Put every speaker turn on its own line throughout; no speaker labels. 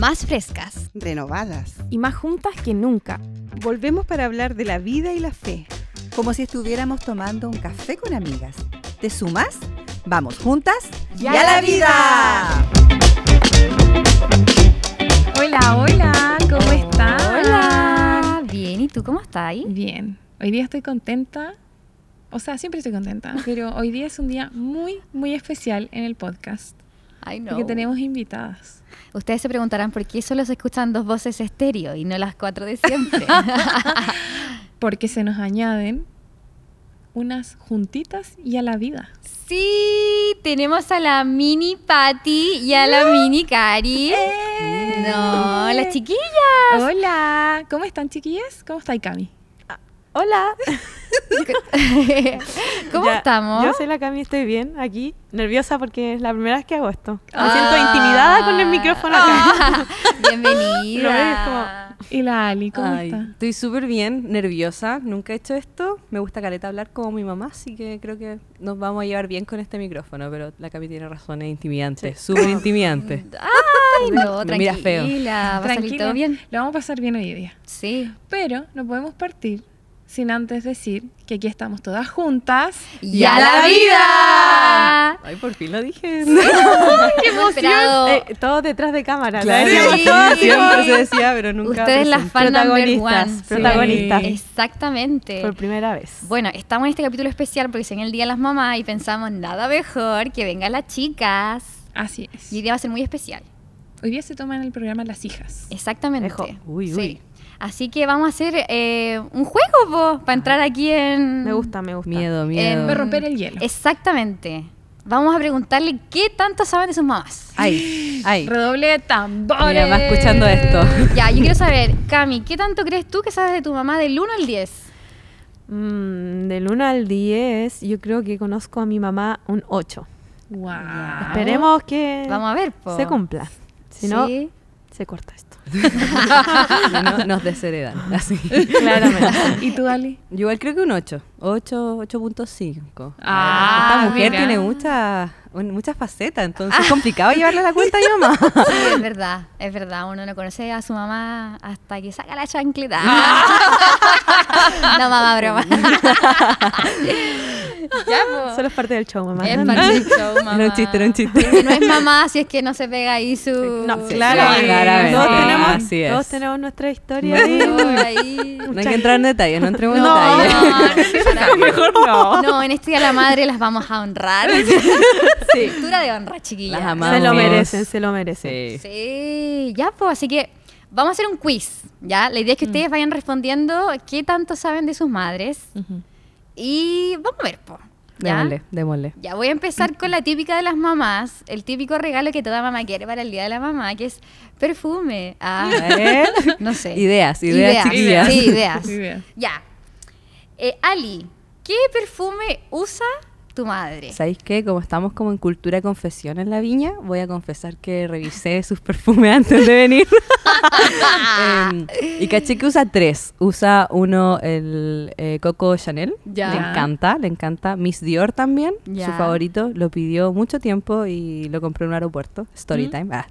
más frescas
renovadas.
y más juntas que nunca.
Volvemos para hablar de la vida y la fe.
Como si estuviéramos tomando un café con amigas. ¿Te sumas? Vamos juntas.
¡Y a la vida!
Hola, hola, ¿cómo están?
Hola, bien, ¿y tú cómo estás?
Bien, hoy día estoy contenta. O sea, siempre estoy contenta, pero hoy día es un día muy, muy especial en el podcast.
Ay, no.
Porque tenemos invitadas.
Ustedes se preguntarán por qué solo se escuchan dos voces estéreo y no las cuatro de siempre.
Porque se nos añaden unas juntitas y a la vida.
sí, tenemos a la mini Patty y a la mini Cari. No, las chiquillas.
Eh. Hola, ¿cómo están chiquillas? ¿Cómo está Cami?
Hola,
¿Cómo
Ya,
estamos?
yo soy la Cami, estoy bien aquí, nerviosa porque es la primera vez que hago esto. Me
Ah.
siento intimidada con el micrófono acá.
Bienvenida.
Y la Ali, ¿cómo
Ay,
está?
Estoy súper bien, nerviosa, nunca he hecho esto. Me gusta caleta hablar como mi mamá, así que creo que nos vamos a llevar bien con este micrófono, pero la Cami tiene razón, es intimidante, súper intimidante.
Ay, no,
Me mira feo.
tranquila. ah, ¿Va a salir todo bien?
Lo vamos a pasar bien hoy día.
Sí.
Pero no podemos partir sin antes decir que aquí estamos todas juntas.
¡Y a la vida!
Ay, por fin lo dije.
¡Qué emoción!
Eh, todo detrás de cámara.
Claro,
¿sabes?
Sí.
todas siempre se decía, pero nunca.
Ustedes las
presente.
fan number
Protagonistas,
one.
protagonistas.
Sí, Exactamente.
Por primera vez.
Bueno, estamos en este capítulo especial porque se viene el Día de las Mamás y pensamos nada mejor que vengan las chicas.
Así es.
Y hoy día va a ser muy especial.
Hoy día se toman el programa Las Hijas.
Exactamente.
Mejor.
Uy,
Sí.
uy.
Así que vamos a hacer eh, un juego po, para entrar aquí en...
Me gusta, me gusta.
Miedo,
en-
miedo.
Va a romper el hielo.
Exactamente. Vamos a preguntarle qué tanto saben de sus mamás.
Ay, ay.
Redoble de tambores.
Mi mamá escuchando esto.
Ya, yo quiero saber, Cami, ¿qué tanto crees tú que sabes de tu mamá del 1 al 10?
Mm, del 1 al 10, yo creo que conozco a mi mamá un 8.
Wow.
Esperemos que
Ah. Vamos a ver, po.
se cumpla. Si no,
Sí.
se corta esto.
Si no, nos desheredan, así.
Claramente.
¿Y tú, Ali?
Yo igual creo que un 8, 8, 8.5.
Ah,
Esta mujer
mira.
tiene muchas muchas facetas, entonces es complicado llevarle la cuenta a mi mamá.
Sí, es verdad, es verdad. Uno no conoce a su mamá hasta que saca la chancleta. no, mamá, broma. ya, po.
Solo es parte del show, mamá.
Es parte del show, mamá.
Era un chiste, era un chiste.
Porque no es mamá si es que no se pega ahí su...
No,
su
claro.
sí,
historia.
claramente.
Todos, tenemos,
Así es.
todos tenemos nuestra historia. ahí.
Su- ahí.
No hay que entrar en detalles, no entremos en
No,
detalles.
para-
Mejor no.
No, en este día la madre las vamos a honrar. Cultura de honra, chiquillas.
Las
Se
amamos.
lo merecen, se lo merecen.
Sí.
Sí, ya pues, así que vamos a hacer un quiz, ¿ya? La idea
Mm.
es que ustedes vayan respondiendo qué tanto saben de sus madres y vamos a ver, pues. ¿ya?
Démosle, démosle.
ya voy a empezar con la típica de las mamás, el típico regalo que toda mamá quiere para el Día de la Mamá, que es perfume. Ah,
¿Eh?
no sé.
Ideas, ideas, chiquillas.
Sí, ideas.
Ideas.
Ya. Eh, Ali, ¿qué perfume usa tu madre?
¿Sabéis qué? Como estamos como en cultura confesión en la viña, voy a confesar que revisé sus perfumes antes de venir.
Ah.
Em, y caché que usa tres. Usa uno, el eh, Coco Chanel.
Ya.
Le encanta, le encanta. Miss Dior también,
Ya.
su favorito. Lo pidió mucho tiempo y lo compré en un aeropuerto.
Mm.
Storytime.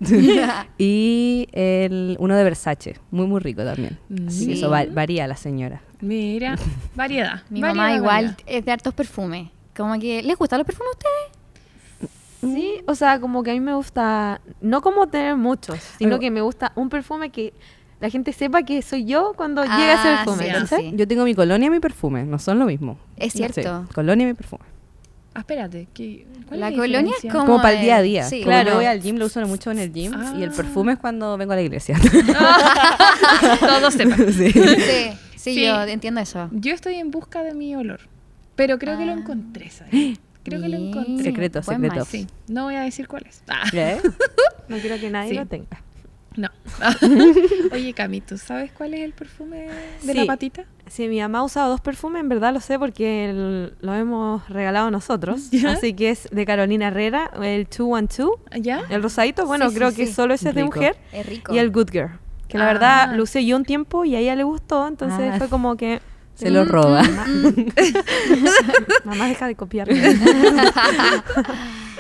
y el, uno de Versace. Muy, muy rico también. Así que eso va- varía la señora.
Mm, Mira, variedad.
Mi
variedad,
mamá igual
variedad.
es de hartos perfumes. Como que, ¿les gustan los perfumes a ustedes?
Sí, o sea, como que a mí me gusta, no como tener muchos, sino
Pero-
que me gusta un perfume que la gente sepa que soy yo cuando llega ese
Ah,
perfume.
sí,
¿cachai?
sí.
Yo tengo mi colonia y mi perfume. No son lo mismo.
Es
Sí,
cierto.
colonia y mi perfume.
Ah, espérate. ¿qué- cuál
La
es
colonia es
diferencia?
como-
como, para el día a día.
Sí.
Como
Claro.
yo voy al gym, lo uso mucho en el gym. Y el
Ah.
perfume es cuando vengo a la iglesia.
Todos sepan.
Sí.
Sí, sí,
Sí.
yo entiendo eso.
Yo estoy en busca de mi olor, pero creo que lo encontré, ¿sabes? Creo que lo
Ah. Bien.
encontré.
Secreto,
Buen
secreto.
match.
Sí, no voy a decir cuál es. Ah,
¿Eh?
No quiero que nadie
Sí.
lo tenga.
no. Oye, Cami, ¿tú sabes cuál es el perfume de la
Sí.
patita?
Si mi mamá usaba dos perfumes, en verdad lo sé porque el- lo hemos regalado nosotros.
Ya.
Así que es de Carolina Herrera, el 212,
¿Ya?
el rosadito, bueno,
sí,
creo
sí.
que solo ese es de
Rico.
mujer.
Es rico.
Y el Good Girl, que la
Ah.
verdad lo usé yo un tiempo y a ella le gustó, entonces
Ah.
fue como que...
Se
Mm,
Mm.
lo roba.
Mm.
Mamá deja de copiarme.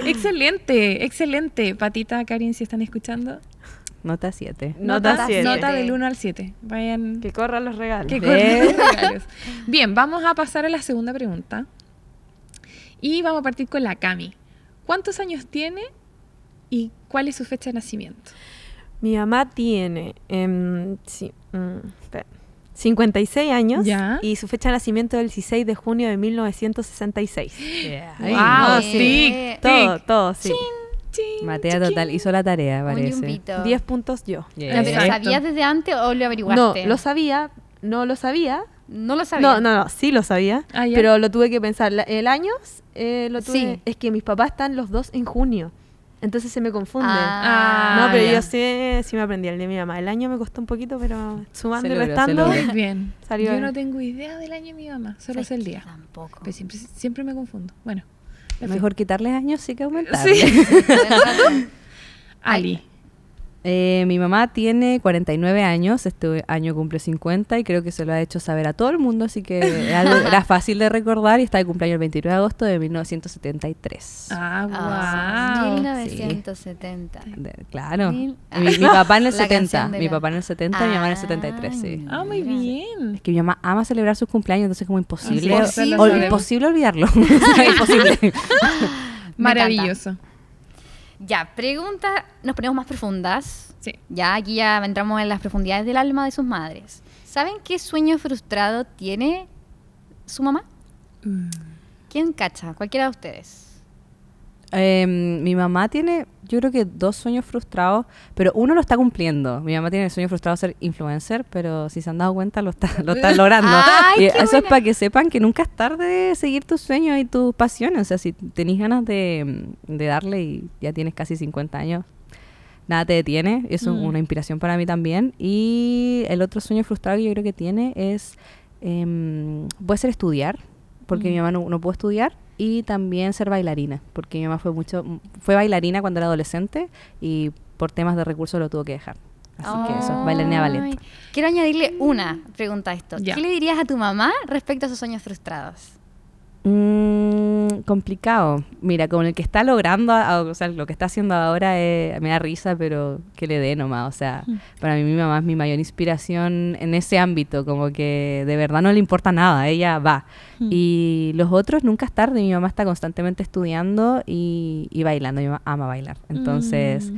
Excelente, excelente. Patita, Karin, si están escuchando,
Nota 7.
Nota siete.
Nota del 1 al 7. Vayan.
Que corran los regalos.
que
Eh,
¿Ves?
corran los regalos. Bien, vamos a pasar a la segunda pregunta. Y vamos a partir con la Cami. ¿Cuántos años tiene y cuál es su fecha de nacimiento?
Mi mamá tiene em, sí, mm, espera, 56 años
Ya.
y su fecha de nacimiento es el 16 de junio de 1966.
¡Wow!
sí.
¡Tic!
Todo,
tic,
todo, sí.
chin,
Matea total, hizo la tarea,
Un
parece.
yumpito.
10 puntos yo.
Ya, pero
Exacto.
¿Sabías desde antes o lo
eh, No,
averiguaste?
lo sabía, no lo sabía.
No lo sabía.
No, no, no, sí lo sabía,
Ah, ya.
pero lo tuve que pensar. La- el año eh, lo tuve.
Sí.
Es que mis papás están los dos en junio, entonces se me confunde.
Ah,
no, pero
ya.
yo sí, sí me aprendí el de mi mamá. El año me costó un poquito, pero sumando
Se
y
logró, se
restando.
logró.
Muy bien.
Salió
Yo
bien.
no tengo idea del año de mi mamá, solo
¿Sabes
sé el
qué?
día.
Tampoco.
Pero Pues siempre, siempre me confundo. Bueno, en fin.
Mejor quitarles años sí que aumentarles.
Sí.
¿Verdad?
Ali.
Eh, mi mamá tiene 49 años, este año cumple 50 y creo que se lo ha hecho saber a todo el mundo, así que era algo- era fácil de recordar y está de cumpleaños el 29 de agosto de 1973.
Ah,
Ah,
wow.
1970.
De- claro.
Mil-
Y Mi, mi papá en el
La
70,
canción de
mi
la-
papá en el 70 y mi mamá en el 73, sí.
Ah, muy bien.
Es que mi mamá ama celebrar sus cumpleaños, entonces es como imposible,
Ah, sí,
Imposible.
ol- imposible olvidarlo. O sea, imposible.
Maravilloso.
Ya, preguntas, nos ponemos más profundas.
Sí.
Ya, aquí ya entramos en las profundidades del alma de sus madres. ¿Saben qué sueño frustrado tiene su mamá? ¿Quién cacha? Cualquiera de ustedes.
Eh, mi mamá tiene, yo creo que dos sueños frustrados, pero uno lo está cumpliendo. Mi mamá tiene el sueño frustrado de ser influencer, pero si se han dado cuenta, lo está, lo está logrando.
Ay,
y
qué
eso es
buena.
para que sepan que nunca es tarde de seguir tus sueños y tus pasiones. O sea, si tenés ganas de, de darle y ya tienes casi 50 años, nada te detiene. Eso es
Mm.
una inspiración para mí también. Y el otro sueño frustrado que yo creo que tiene es, em, puede ser estudiar, porque mi mamá no, no pudo estudiar. Y también ser bailarina, porque mi mamá fue mucho fue bailarina cuando era adolescente y por temas de recursos lo tuvo que dejar. Así que eso, bailarina de ballet.
Ah, Ay, Quiero añadirle una pregunta a esto.
Ya.
¿Qué le dirías a tu mamá respecto a sus sueños frustrados?
Mm, complicado. Mira, con el que está logrando, a- o sea, lo que está haciendo ahora eh, me da risa, pero que le dé nomás. O sea,
Mm.
para mí mi mamá es mi mayor inspiración en ese ámbito, como que de verdad no le importa nada, ella va.
Mm.
Y los otros nunca es tarde, mi mamá está constantemente estudiando y, y bailando, mi mamá ama bailar.
Mm.
Entonces,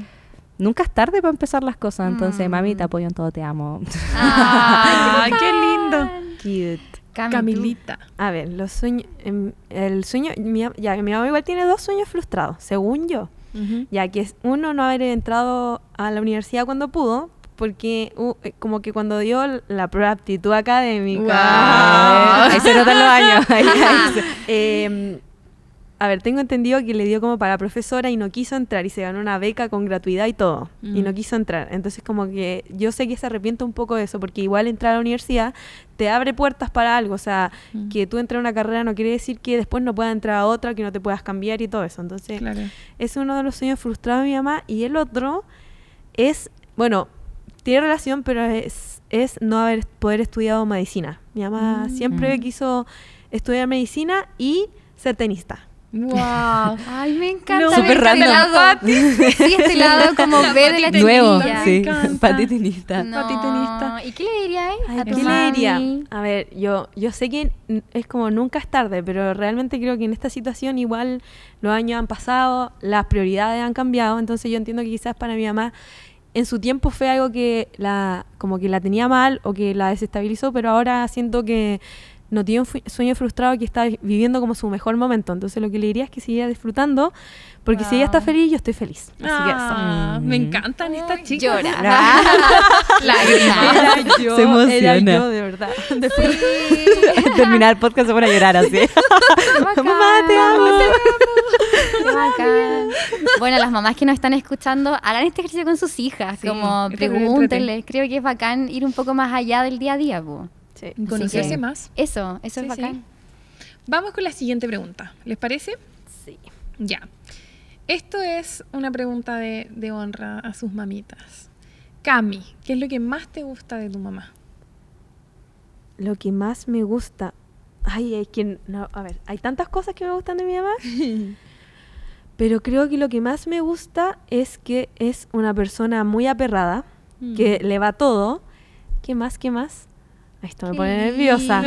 nunca es tarde para empezar las cosas. Entonces, mami, te apoyo en todo, te amo.
Ay, qué lindo.
Cute.
Cami, tú.
Camilita.
A ver, los sueños. em, el sueño. mi am- ya, mi mamá igual tiene dos sueños frustrados, según yo. Ya que es uno no haber entrado a la universidad cuando pudo, porque u- eh, como que cuando dio l- la prueba de aptitud académica.
Ahí se notan los años. Ahí- ahí se-
Em, a ver, tengo entendido que le dio como para profesora y no quiso entrar y se ganó una beca con gratuidad y todo. Y no
Mm.
quiso entrar. Entonces como que yo sé que se arrepiente un poco de eso porque igual entrar a la universidad te abre puertas para algo. O sea,
Mm.
que tú entres a una carrera no quiere decir que después no puedas entrar a otra, que no te puedas cambiar y todo eso. Entonces
Claro.
es uno de los sueños frustrados de mi mamá. Y el otro es, bueno, tiene relación, pero es, es no haber poder estudiado medicina. Mi mamá siempre quiso estudiar medicina y ser tenista.
Wow.
Ay, me encanta.
No,
me
súper
encanta el
random.
lado- Sí, este lado como ver de la
Nuevo,
chiquilla.
sí.
encanta.
Patitinista.
No,
patitenista.
¿Y qué le diría eh, a
Ay,
tu
¿qué le diría?
mami?
A ver, yo, yo sé que n- es como nunca es tarde, pero realmente creo que en esta situación igual los años han pasado, las prioridades han cambiado, entonces yo entiendo que quizás para mi mamá en su tiempo fue algo que la como que la tenía mal o que la desestabilizó, pero ahora siento que no tiene un fu- sueño frustrado y que está viviendo como su mejor momento. Entonces lo que le diría es que siga disfrutando, porque si ella está feliz, yo estoy feliz. Así que eso.
Ah, Me encantan estas chicas.
Llora. Lágrima.
Era
yo, Se emociona.
era yo, de verdad. Después-
Terminar el podcast se van a llorar así.
Mamá, te amo. Qué bacán. Bueno, las mamás que nos están escuchando, hagan este ejercicio con sus hijas.
Sí,
como
entreten-
pregúntenles. Creo que es bacán ir un poco más allá del día a día. po.
Sí.
Conocerse
que-
más.
Eso, eso es
Sí, sí.
bacán.
Vamos con la siguiente pregunta. ¿Les parece?
Sí.
Ya. Esto es una pregunta de, de honra a sus mamitas. Cami, ¿qué es lo que más te gusta de tu mamá?
Lo que más me
Mm.
gusta. Ay, es que. no, a ver, hay tantas cosas que me gustan de mi mamá. Pero creo que lo que más me gusta es que es una persona muy aperrada,
Mm.
que le va todo. ¿Qué más? ¿Qué más? Ahí esto me pone nerviosa.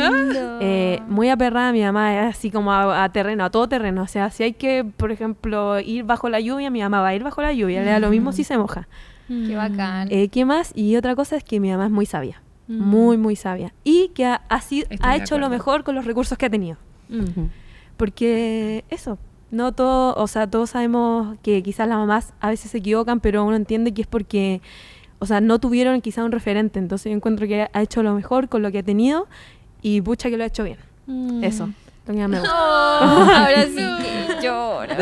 Eh, muy aperrada mi mamá, es así como a, a terreno, a todo terreno. O sea, si hay que, por ejemplo, ir bajo la lluvia, mi mamá va a ir bajo la lluvia. Le da lo
Mm.
mismo si se moja.
Qué bacán.
Eh, ¿Qué más? Y otra cosa es que mi mamá es muy sabia.
Mm.
Muy, muy sabia. Y que ha, ha sido-
Estoy
ha
de
hecho lo
acuerdo.
mejor con los recursos que ha tenido.
Mm.
Porque eso, no todo, o sea, todos sabemos que quizás las mamás a veces se equivocan, pero uno entiende que es porque, o sea, no tuvieron quizás un referente. Entonces yo encuentro que ha hecho lo mejor con lo que ha tenido y pucha que lo ha hecho bien.
Mm.
Eso, lo que más me gusta.
ahora sí que lloro.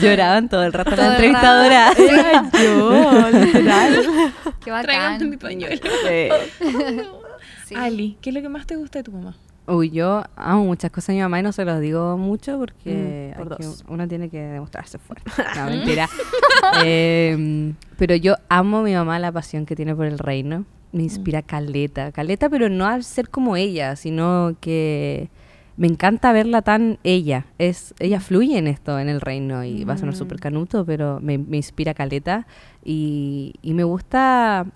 Lloraban todo el rato
Todo
la
el
entrevistadora.
Era yo, literal.
Qué
Tráigame mi
bacán.
pañuelo.
Sí.
Ali, ¿qué es lo que más te gusta de tu mamá?
Uy, yo amo muchas cosas de mi mamá y no se los digo mucho porque
Mm, por
hay que-
dos.
uno tiene que demostrarse fuerte. No, mentira. Eh, pero yo amo a mi mamá la pasión que tiene por el reino.
Mm.
Me inspira Caleta. Caleta, pero no al ser como ella, sino que me encanta verla tan ella. Es,
Mm.
ella fluye en esto, en el reino, y va a sonar súper canuto, pero me, me inspira Caleta. Y, y me gusta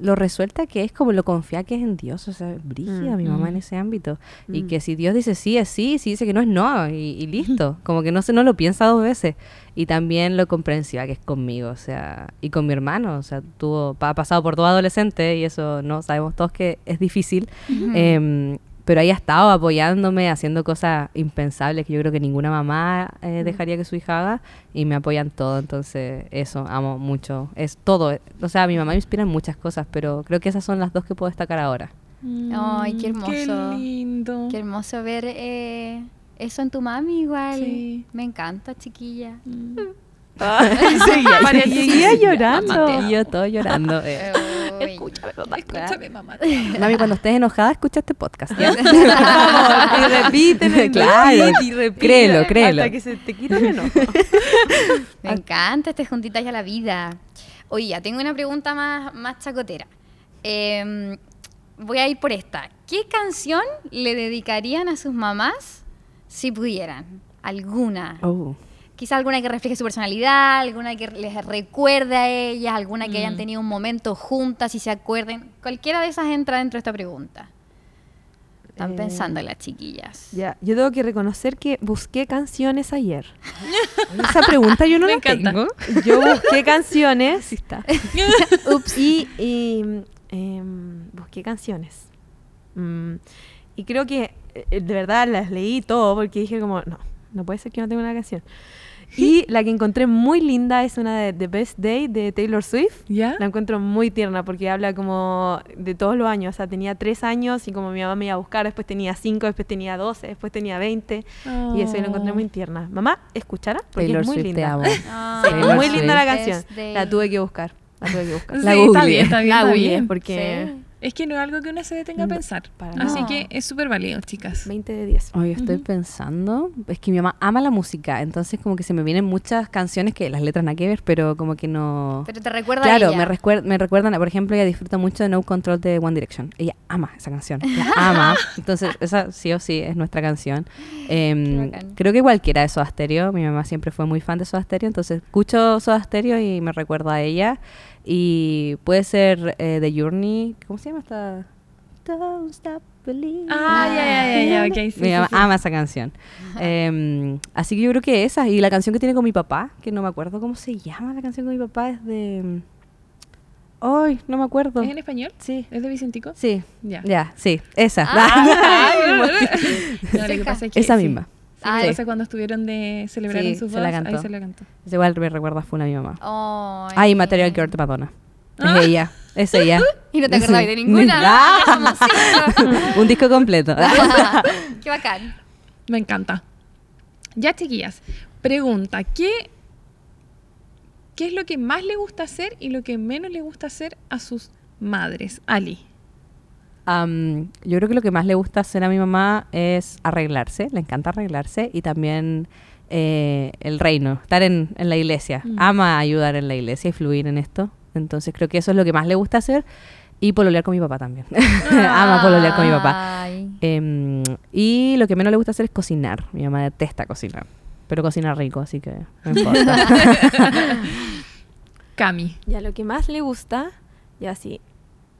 lo resuelta que es como lo confía que es en Dios, o sea,
Mm,
brígida mi mamá en ese ámbito. Y que si Dios dice sí, es sí, si dice que no es no, y, y listo. Como que no se, no lo piensa dos veces. Y también lo comprensiva que es conmigo, o sea, y con mi hermano, o sea, tuvo, pa- ha pasado por todo adolescente y eso no sabemos todos que es difícil. Em, pero ahí ha estado apoyándome, haciendo cosas impensables que yo creo que ninguna mamá eh, dejaría que su hija haga y me apoyan todo, entonces eso, amo mucho, es todo, o sea, mi mamá me inspira en muchas cosas, pero creo que esas son las dos que puedo destacar ahora.
Mm. Ay, qué
Qué
hermoso.
lindo.
Qué hermoso ver eh, eso en tu mami igual.
Sí.
Me encanta, chiquilla.
Mm.
Mm.
Parecía llorando.
Y yo todo llorando. eh.
Uy.
Escúchame, mamá.
Mami, cuando estés enojada, escucha este podcast.
Y repítelo,
claro,
y repítelo,
créelo, créelo.
Hasta que se te quita el enojo.
Me encanta este juntitas ya la vida. Oye, ya tengo una pregunta más, más chacotera. Em, voy a ir por esta. ¿Qué canción le dedicarían a sus mamás si pudieran? ¿Alguna?
Oh.
Quizá alguna que refleje su personalidad, alguna que les recuerde a ellas, alguna que hayan tenido un momento juntas y se acuerden. Cualquiera de esas entra dentro de esta pregunta. Están
Eh,
pensando las chiquillas.
Ya, yo tengo que reconocer que busqué canciones ayer.
Esa pregunta yo no
Me
la
encanta.
tengo.
Yo busqué canciones. Ups. Y, y, em, busqué canciones. Mm, y creo que eh, de verdad las leí todo porque dije como, no, no puede ser que no tenga una canción. Y la que encontré muy linda es una de The Best Day de Taylor Swift.
Ah.
¿Ya?
La encuentro muy tierna porque habla como de todos los años. O sea, tenía tres años y como mi mamá me iba a buscar, después tenía cinco, después tenía doce, después tenía veinte. Y eso yo la encontré muy tierna. Mamá, escuchará porque
Taylor
es muy
Swift,
linda.
te amo.
Ah,
Sí, Taylor
muy
Swift.
linda la canción.
Best Day.
La tuve que buscar. La tuve que buscar.
Sí,
La
está
googleé.
bien, está bien,
La
está
googleé,
bien.
Ah, porque
Es que no es algo que uno se detenga a pensar.
para
Así
nada.
que es súper válido, chicas.
20 de 10.
Hoy estoy pensando, es que mi mamá ama la música, entonces como que se me vienen muchas canciones que las letras nada que ver, pero como que no...
Pero te recuerda a
Claro,
ella.
me, recuer- me recuerdan, por ejemplo, ella disfruta mucho de No Control de One Direction. Ella ama esa canción, la ama. Entonces, esa sí o sí es nuestra canción. Em,
bacán.
creo que cualquiera de Soda Stereo. Mi mamá siempre fue muy fan de Soda Stereo, entonces escucho Soda Stereo y me recuerdo a ella. Y puede ser eh, The Journey, ¿cómo se llama esta? Don't Stop Believing.
Ah, ya, ya, ya, ya, ok, sí,
Mi
sí,
mamá
sí.
ama esa canción. Em, así que yo creo que esa. Y la canción que tiene con mi papá, que no me acuerdo cómo se llama la canción con mi papá, es de. Ay, no me acuerdo.
¿Es en español?
Sí.
¿Es de Vicentico?
Sí.
Ya.
Ya. sí. Esa.
No, lo que pasa es que
esa
sí.
misma.
Sí, lo que pasa es cuando estuvieron de celebraron
Sí,
sus
se la
bodas, ahí
cantó.
se la cantó.
Es igual me recuerda full a mi mamá.
Ay.
Ay, Material Girl de Madonna. Es
Ah.
ella. Es ella.
Y no te acordás de ninguna.
Ah.
Como
Un disco completo.
Qué bacán.
Me encanta. Ya, chiquillas. Pregunta, ¿qué, ¿qué es lo que más le gusta hacer y lo que menos le gusta hacer a sus madres? Ali.
Am, yo creo que lo que más le gusta hacer a mi mamá es arreglarse, le encanta arreglarse y también eh, el reino, estar en, en la iglesia.
Mm.
Ama ayudar en la iglesia y fluir en esto. Entonces creo que eso es lo que más le gusta hacer y pololear con mi papá también.
Ah.
Ama pololear con mi papá.
Ay.
Em, y lo que menos le gusta hacer es cocinar. Mi mamá detesta cocinar. pero cocina rico, así que no importa.
Cami.
Ya lo que más le gusta, ya sí.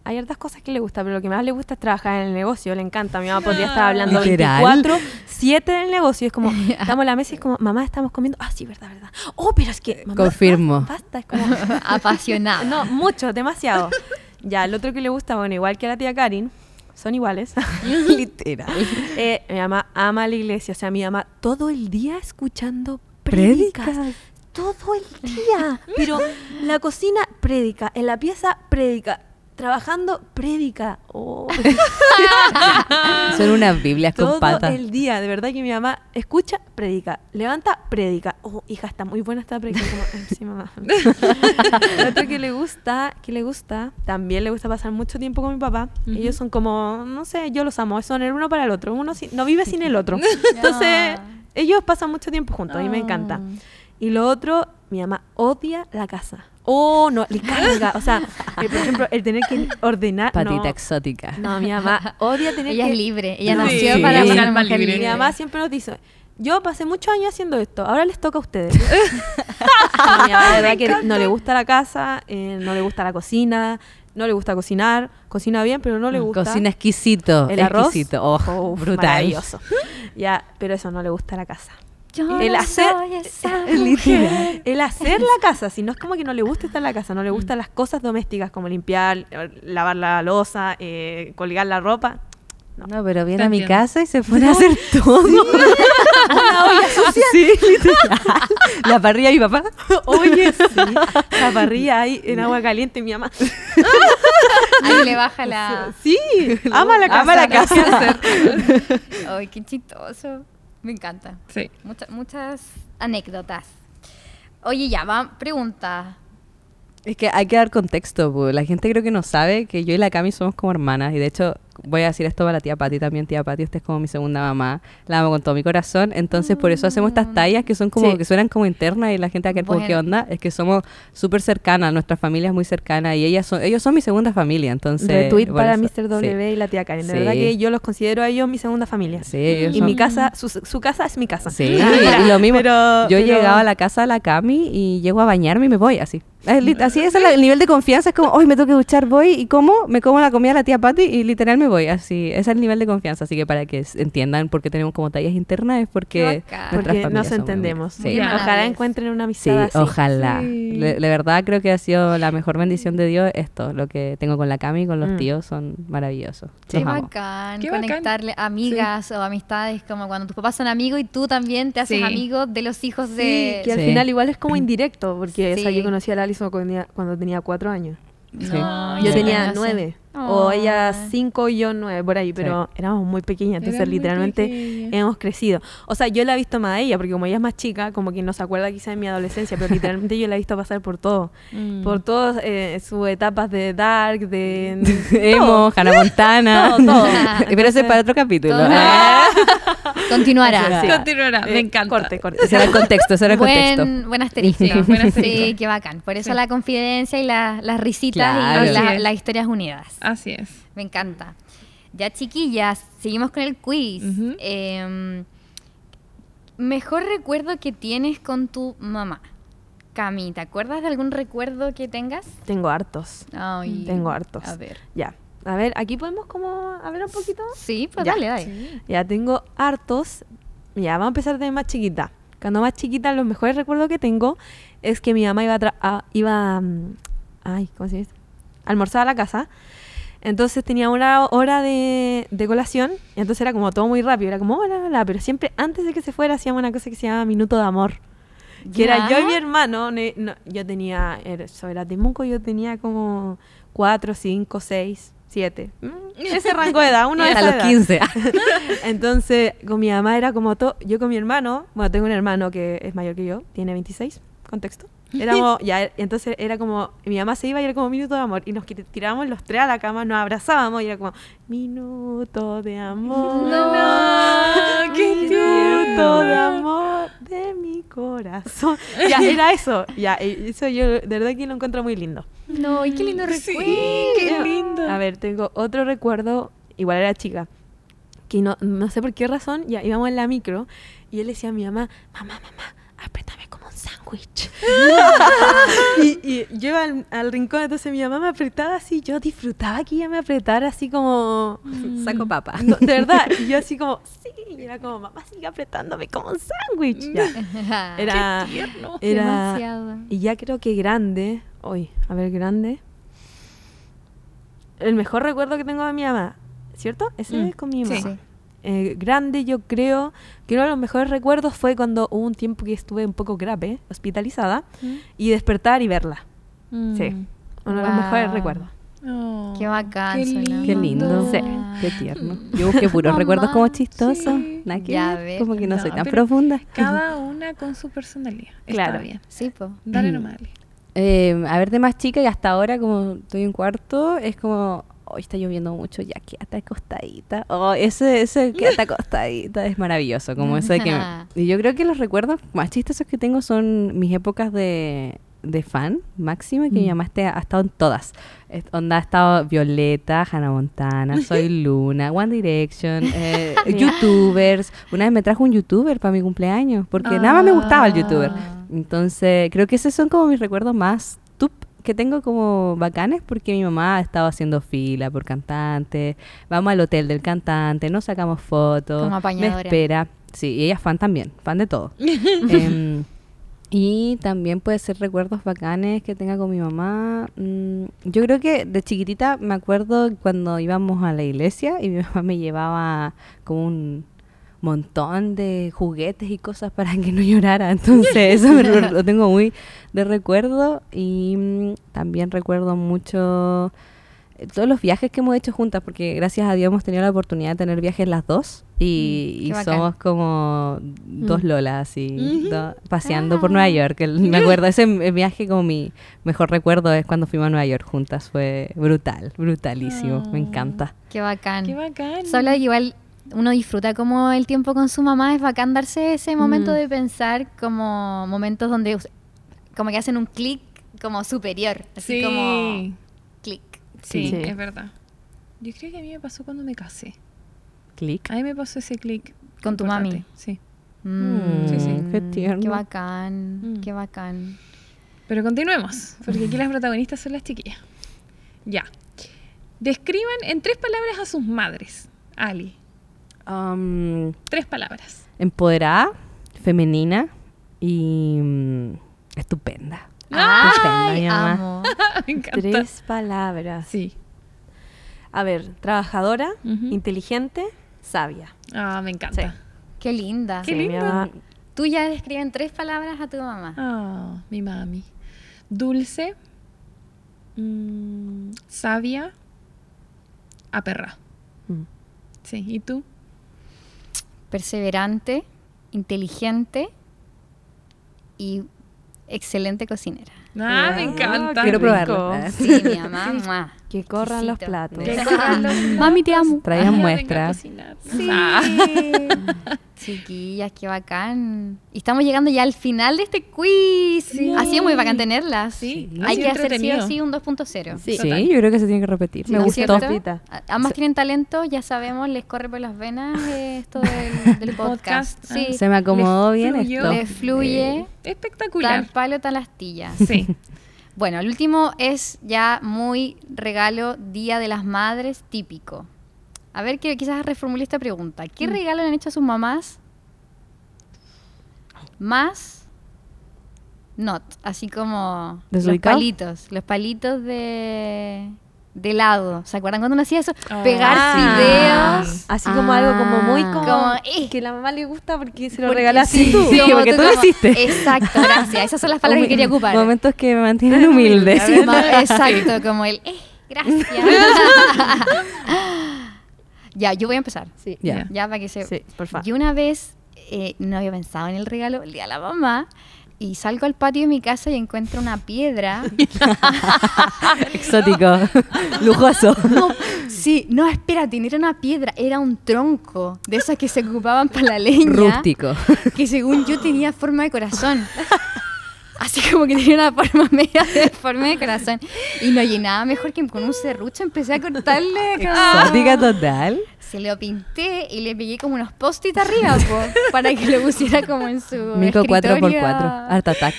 Hay hartas cosas que le gusta, pero lo que más le gusta es trabajar en el negocio. Le encanta. Mi mamá podría estar hablando
Literal.
24, 7 del negocio. Es como, estamos en la mesa y es como, mamá, estamos comiendo. Ah, sí, verdad, verdad. Oh, pero es que. mamá,
Confirmo.
ah, Basta, es como.
Apasionada.
No, mucho, demasiado. Ya, el otro que le gusta, bueno, igual que a la tía Karin, son iguales.
Literal.
Eh, mi mamá ama la iglesia, o sea, mi mamá todo el día escuchando prédicas.
Prédicas.
Todo el día. Pero en la cocina, prédica. En la pieza, prédica. Trabajando, prédica. Oh,
Son unas Biblias con
Ah, todo
patas.
el día. De verdad que mi mamá escucha, prédica. Levanta, prédica. Oh, hija, está muy buena esta prédica. Como, "Eh, sí, mamá. Lo otro que le gusta, que le gusta, también le gusta pasar mucho tiempo con mi papá. Ellos son como, no sé, yo los amo, son el uno para el otro. Uno si- no vive sin el otro. Entonces, ellos pasan mucho tiempo juntos y me encanta. Y lo otro, mi mamá odia la casa. Oh, no, le carga. O sea, eh, por ejemplo, el tener que ordenar.
Patita
no.
exótica.
No, mi mamá odia tener
Ella
que
es libre. Ella
Sí.
nació
Sí.
para
Es
ser
un
una
alma
mujer
libre.
libre.
mi mamá siempre nos dice, yo pasé muchos años haciendo esto, ahora les toca a ustedes. No, mi mamá, de verdad que no le gusta la casa, eh, no le gusta la cocina, no le gusta cocinar, cocina bien, pero no le gusta
Cocina exquisito.
el arroz.
Exquisito. Oh,
Uf,
brutal.
Maravilloso. Ya, pero eso no le gusta la casa.
Yo
El
no
hacer-
soy esa mujer.
Literal. El hacer la casa, si no es como que no le gusta estar en la casa, no le
Mm.
gustan las cosas domésticas como limpiar, lavar la losa, eh, colgar la ropa.
No, pero viene
Te
a mi
entiendo.
casa y se pone a hacer todo. Sí, literal. La parrilla de mi papá.
Oye, sí. La parrilla ahí en agua caliente, mi mamá.
Ahí le baja la.
Sí, ama la casa.
Ama la casa.
Ay, qué chistoso. Me encanta.
Sí.
Mucha- muchas anécdotas. Oye, ya, va, pregunta.
Es que hay que dar contexto, pu. la gente creo que no sabe que yo y la Cami somos como hermanas y de hecho voy a decir esto para la tía Pati también, tía Pati, usted es como mi segunda mamá, la amo con todo mi corazón, entonces por eso hacemos estas tallas que son como
Mm, Sí.
que suenan como internas y la gente va a quedar como
Bueno.
qué onda, es que somos súper cercanas, nuestra familia es muy cercana y ellas son, ellos son mi segunda familia, entonces...
Retweet
por
para
eso,
Mr. W y la tía Karen. De verdad
Sí.
que yo los considero a ellos mi segunda familia.
Sí, sí, ellos
Y
son-
mi casa, su, su casa es mi casa.
Sí, y lo mismo.
Pero-
yo
pero-
llegaba a la casa de la Cami y llego a bañarme y me voy así. Es li- Así es el nivel de confianza. Es como, hoy me tengo que duchar, voy y como, me como la comida de la tía Patty y literal me voy. Así, ese es el nivel de confianza. Así que para que s- entiendan por qué tenemos como tallas internas es porque.
Qué bacán.
nuestras
Porque
familias
nos
son muy
entendemos.
amigas. Sí.
Ya.
Ojalá
Amables.
encuentren una
Sí,
amistad así.
ojalá.
Sí.
Le- de verdad creo que ha sido la mejor bendición de Dios esto, lo que tengo con la Cami y con los
Mm.
tíos son maravillosos.
Qué
Los amo.
bacán
Qué bacán.
conectarle amigas o amistades, como cuando tus papás son amigos y tú también te haces
Sí.
amigo de los hijos
Sí,
de.
que al
Sí.
final igual es como indirecto, porque o sea,
Sí.
yo conocí a la Alison cuando tenía, cuando tenía cuatro años.
Sí.
No,
Yo
Sí.
tenía
no sé.
nueve. O
Ay.
Ah.
ella cinco y yo nueve, por ahí, pero éramos muy pequeñas, entonces
Eran muy
literalmente
pequeñas.
hemos crecido. O sea, yo la he visto más a ella, porque como ella es más chica, como que no se acuerda quizás de mi adolescencia, pero literalmente yo la he visto pasar por todo.
Mm.
Mm.
Por todas eh, sus etapas de dark, de...
Emo, Hannah Montana.
Todo, todo.
Pero ese es para otro capítulo.
Todo-
Ah.
Continuará.
Sí.
Continuará,
Eh,
Ah, me encanta.
Corte, corte.
Ese era el contexto, ese era el contexto.
Buen, buen asterisco.
Sí, buen asterisco.
Sí, qué bacán. Por eso la confidencia y la- las risitas
Claro.
y
Así
la-
es.
las historias unidas.
Así es.
Me encanta. Ya, chiquillas, seguimos con el quiz.
Ujú.
Em, mejor recuerdo que tienes con tu mamá. Cami, ¿te acuerdas de algún recuerdo que tengas?
Tengo hartos.
Ay,
Tengo hartos.
A ver.
Ya. A ver, aquí podemos como hablar un poquito.
Sí, pues
Ya.
dale, dale.
Ya tengo hartos. Ya, vamos a empezar de más chiquita. Cuando más chiquita, los mejores recuerdos que tengo es que mi mamá iba a, tra- a- iba, mm, ay, ¿cómo se dice? Almorzar a la casa. Entonces tenía una hora de, de colación. Y entonces era como todo muy rápido. Era como, hola, hola. Pero siempre antes de que se fuera hacíamos una cosa que se llamaba Minuto de Amor. Que era yo y mi hermano. ne- no, yo tenía, era, yo era de Munco, yo tenía como 4, 5, 6, 7. Mm, Ese rango de edad, uno de
Hasta
esa
los
edad.
15.
Entonces, con mi mamá era como todo. Yo con mi hermano, bueno, tengo un hermano que es mayor que yo, tiene 26, contexto. Éramos, ya, entonces era como, mi mamá se iba y era como minuto de amor. Y nos quit- tirábamos los tres a la cama, nos abrazábamos y era como, minuto de amor.
No,
qué
minuto de amor de mi corazón. Ya, era eso. Ya, y eso yo de verdad que lo encuentro muy lindo.
No, y qué lindo recuerdo.
Eh,
Sí, qué lindo.
A ver, tengo otro recuerdo, igual era chica, que no, no sé por qué razón, ya íbamos en la micro y él decía a mi mamá, mamá, mamá, apretame como un sándwich. y, y yo iba al, al rincón, entonces mi mamá me apretaba así, yo disfrutaba que ella me apretara así como...
Saco papa.
No, de verdad, y yo así como, sí, y era como, mamá sigue apretándome como un sándwich. Ya. Era,
tierno.
era,
Demasiado.
y ya creo que grande, hoy, a ver, grande. El mejor recuerdo que tengo de mi mamá, ¿cierto? Ese
Mm,
es con mi
sí.
mamá.
Sí.
Eh, grande, yo creo que uno de los mejores recuerdos fue cuando hubo un tiempo que estuve un poco grave, hospitalizada, y despertar y verla.
Mm.
Sí, uno de los
Wow.
mejores recuerdos.
Oh,
Qué bacán,
Qué
suena.
lindo.
Qué lindo.
Sí.
Qué tierno. Yo busqué puros
Mamá,
recuerdos como chistosos.
sí.
Nada que
Ya
ver,
ves.
Como que no, soy
No,
tan
pero-
profunda.
Cada una con su personalidad. Está
Claro.
bien.
Sí, po.
Dale
Mm.
nomás. Ale.
Eh, a ver, de más chica y hasta ahora, como estoy en cuarto, es como, hoy está lloviendo mucho, ya quédate acostadita. Oh, ese, ese quédate acostadita es maravilloso, como eso de que... Y yo creo que los recuerdos más chistosos que tengo son mis épocas de, de fan máxima, que mi mamá este- ha estado en todas. Es- onda ha estado Violeta, Hannah Montana, Soy Luna, One Direction, eh, YouTubers. Una vez me trajo un YouTuber para mi cumpleaños, porque nada más me gustaba el
Ah.
YouTuber. Entonces, creo que esos son como mis recuerdos más tup que tengo como bacanes porque mi mamá ha estado haciendo fila por cantante, vamos al hotel del cantante, nos sacamos fotos,
Como
me
apañadora.
espera. Sí, y ella es fan también, fan de todo. Em, y también puede ser recuerdos bacanes que tenga con mi mamá. Mm, yo creo que de chiquitita me acuerdo cuando íbamos a la iglesia y mi mamá me llevaba como un montón de juguetes y cosas para que no llorara. Entonces eso me lo, lo tengo muy de recuerdo y mm, también recuerdo mucho eh, todos los viajes que hemos hecho juntas, porque gracias a Dios hemos tenido la oportunidad de tener viajes las dos y,
Mm, qué
y
bacán.
somos como dos lolas así,
Ujú.
do- paseando por Nueva York. el- me acuerdo, ese m- viaje como mi mejor recuerdo es cuando fuimos a Nueva York juntas, fue brutal, brutalísimo, me encanta.
Qué bacán.
Qué bacán.
Solo que igual uno disfruta como el tiempo con su mamá, es bacán darse ese momento de pensar como momentos donde us- como que hacen un clic como superior, así
Sí.
como clic.
Sí,
Sí.
es verdad. Yo creo que a mí me pasó cuando me casé.
Clic.
A mí me pasó ese clic.
Con tu
importante.
mami.
Sí.
Mm,
sí, sí.
Mm, Qué tierno.
Qué bacán,
Mm.
qué bacán.
Pero continuemos, porque aquí las protagonistas son las chiquillas. Ya. Describan en tres palabras a sus madres. Ali,
Um,
tres palabras.
empoderada, femenina y mm, estupenda. Estupenda, mi
Ay,
mamá.
amo.
Me encanta.
Tres palabras.
Sí.
A ver, trabajadora,
Ujú.
inteligente, sabia.
Ah, me encanta.
Qué linda.
Qué
Sí, mi
lindo.
mamá-
Tú ya describen tres palabras a tu mamá.
Ah, mi mami. Dulce, mm, sabia, aperra.
Mm.
Sí, ¿y tú?
Perseverante, inteligente y excelente cocinera.
Ah, me
Ah,
encanta.
qué
Quiero
rico.
probarlo.
Sí, mi mamá. mua.
Que corran los
Exquisito.
platos.
Que corran los
Mami, te amo.
Traían
platos.
muestras.
Venga a cocinar. Ah,
Chiquillas, qué bacán. Y estamos llegando ya al final de este quiz. Ha sido muy bacán tenerlas.
Sí, ha
Hay
sido
que hacer sí o
entretenido.
sí un 2.0.
Sí,
Total.
yo creo que se tiene que repetir. Me
¿No es
gustó.
cierto?
Repita.
A- Ambas tienen talento, ya sabemos, les corre por las venas eh, esto del, del podcast.
Podcast, ah.
pues, Sí,
Se me acomodó bien
fluyó.
esto.
les fluye
Eh, Espectacular.
tal palo, tal astilla.
Sí.
Bueno, el último es ya muy regalo Día de las Madres típico. A ver, que quizás reformule esta pregunta. ¿Qué regalo le han hecho a sus mamás? Más not, así como los
¿Desubicado?
palitos, los palitos de de helado. ¿Se acuerdan cuando uno hacía eso?
Ah.
Pegar
Ah,
fideos.
Así como algo como muy como,
Como, eh.
que la mamá le gusta porque se lo
Porque-
regalaste
sí,
tú.
sí, como
porque tú lo
como-
hiciste.
Exacto, gracias. Esas son las palabras que quería ocupar.
Momentos que me mantienen humilde.
Ma- Exacto, como el, eh, gracias. ya, yo voy a empezar.
Sí,
Ya.
Ya, para que se...
Sí, por favor.
Yo una vez eh, no había pensado en el regalo, el día de la mamá, y salgo al patio de mi casa y encuentro una piedra.
Exótico. Lujoso.
No, sí, no, espérate, no era una piedra, era un tronco, de esas que se ocupaban para la leña.
Rústico.
que según yo tenía forma de corazón. Así como que tenía una forma media deforme de corazón. Y no llenaba mejor que con un serrucho empecé a cortarle. como-
Exótica total.
Se lo pinté y le pegué como unos post-it arriba, po, para que lo pusiera como en su
Mico
escritorio.
4x4. Art Attack.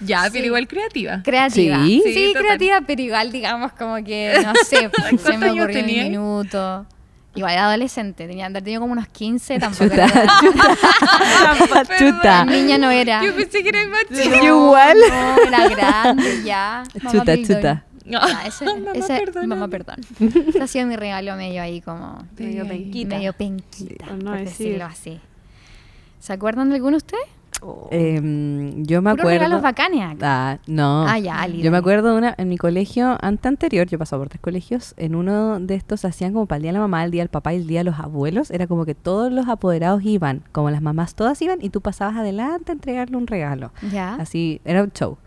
Ya, pero igual creativa.
Creativa.
Ah, Sí.
Sí,
Sí, total.
creativa, pero igual, digamos, como que, no sé, se me ocurrió en
años
un
tenía?
minuto. Igual era adolescente, tenía andar tenido como unos 15, tampoco
Chuta,
era-
Perdón,
chuta.
niña no era.
Yo pensé que era más chico.
No,
Igual.
No, era grande ya. Mamá
Chuta,
perdón.
chuta.
No.
Ya, Ah, ese,
Mamá,
ese-
perdóname.
mamá, perdón. Ese ha sido mi regalo medio ahí como...
Medio
penquita. Medio penquita,
por no
por
decir.
decirlo así. ¿Se acuerdan de alguno de ustedes?
Eh,
Em, yo me
Puros regalos
acuerdo.
bacanes acá.
Ah, no.
Ah, ya, Ali,
Yo me
dale.
acuerdo de una en mi colegio ante anterior, yo he pasado por tres colegios, en uno de estos hacían como para el día de la mamá, el día del papá y el día de los abuelos, era como que todos los apoderados iban, como las mamás todas iban y tú pasabas adelante a entregarle un regalo.
Ya.
Así, era un show.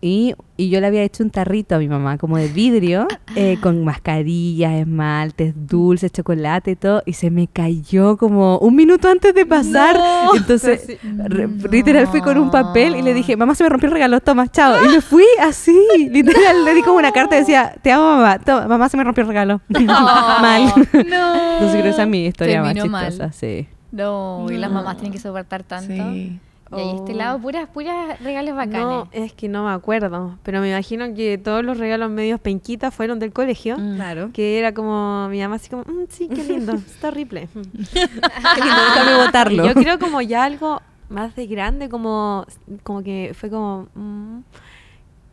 Y, y yo le había hecho un tarrito a mi mamá, como de vidrio, eh, con mascarillas, esmaltes, dulces, chocolate y todo, y se me cayó como un minuto antes de pasar. Entonces, re- literal fui con un papel y le dije, mamá, se me rompió el regalo, toma, chao. Y me fui así, literal, le di como una carta, decía, te amo mamá, toma, mamá, se me rompió el regalo. mal. Entonces creo que esa es mi historia más
Terminó mal.
chistosa, sí.
No, y las
No.
mamás tienen que soportar tanto.
Sí.
Y ahí este
Oh.
lado, puras, puras regalos bacanes.
No, es que no me acuerdo, pero me imagino que todos los regalos medios penquitas fueron del colegio,
Mm.
Mm.
Claro.
que era como mi mamá así como, "Mm, sí, qué lindo, está horrible. Mm.
votarlo.
Yo creo como ya algo más de grande, como, como que fue como, "Mm".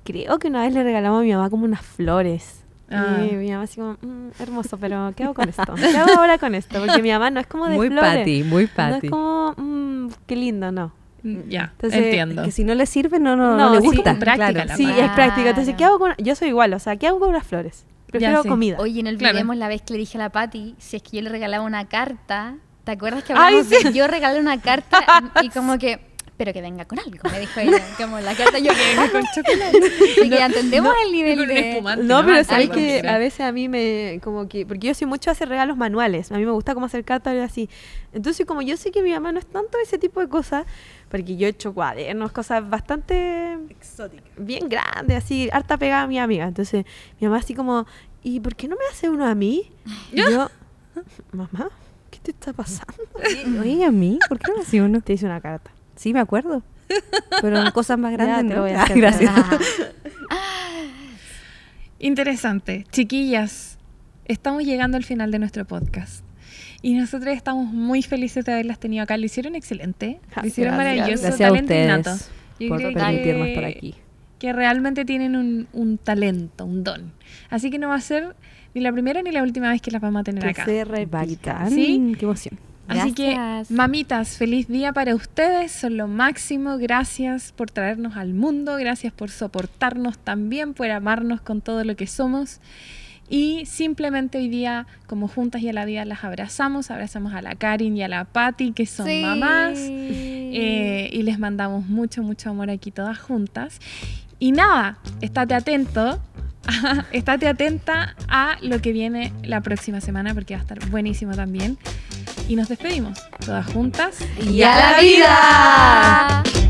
creo que una vez le regalamos a mi mamá como unas flores.
Ah.
Y mi mamá así como, "Mm, hermoso, pero ¿qué hago con esto? ¿Qué hago ahora con esto? Porque mi mamá no es como de
Muy
flores.
Patty, muy
No
Patty.
es como, "Mm, qué lindo, no.
Ya,
Entonces,
entiendo.
Que si no le sirve, no, no,
No,
no le
sí,
gusta.
como práctica
Claro.
la
Sí, es práctica. Entonces, ¿qué
Claro.
hago con.? Yo soy igual, o sea, ¿qué hago con las flores? Prefiero
sí.
comida.
Oye, no
Claro.
olvidemos la vez que le dije a la Pati, si es que yo le regalaba una carta, ¿te acuerdas que
Ay,
hablamos de yo regalé una carta y como que, pero que venga con algo, me dijo ella, como la carta yo que venga con chocolate. Así que ya entendemos el
Y
nivel
con un
de...
espumante,
no, pero
Algo
sabes que
así.
a veces a mí me. Como que. Porque yo soy mucho a hacer regalos manuales. A mí me gusta como hacer cartas y así. Entonces, como yo sé que mi mamá no es tanto ese tipo de cosas. Porque yo he hecho cuadernos, cosas bastante. Exóticas. Bien grandes, así. Harta pegada a mi amiga. Entonces, mi mamá así como. ¿Y por qué no me hace uno a mí? Y yo. Mamá, ¿qué te está pasando?
Oye, a mí, ¿por qué no hacía uno?
Te hice una carta.
Sí, me acuerdo. Pero en cosas más
Ya,
grandes
te
no.
voy a
Ah,
hacer
gracias.
Ah,
Interesante. Chiquillas, estamos llegando al final de nuestro podcast. Y nosotros estamos muy felices de haberlas tenido acá. Lo hicieron excelente. Lo hicieron
Gracias.
maravilloso.
Gracias a
talento innato.
ustedes
Yo
por
creo
permitirnos
que-
estar aquí.
Que realmente tienen un, un talento, un don. Así que no va a ser ni la primera ni la última vez que las vamos a tener acá.
se repita.
Bacán,
Sí.
Qué emoción.
Así que,
Gracias.
mamitas, feliz día para ustedes, son lo máximo, gracias por traernos al mundo, gracias por soportarnos también, por amarnos con todo lo que somos. Y simplemente hoy día, como juntas y a la vida, las abrazamos, abrazamos a la Karin y a la Patti, que son
sí.
mamás, eh, y les mandamos mucho, mucho amor aquí todas juntas. Y nada, estate atento, estate atenta a lo que viene la próxima semana, porque va a estar buenísimo también. Y nos despedimos, todas juntas.
¡Y a la vida!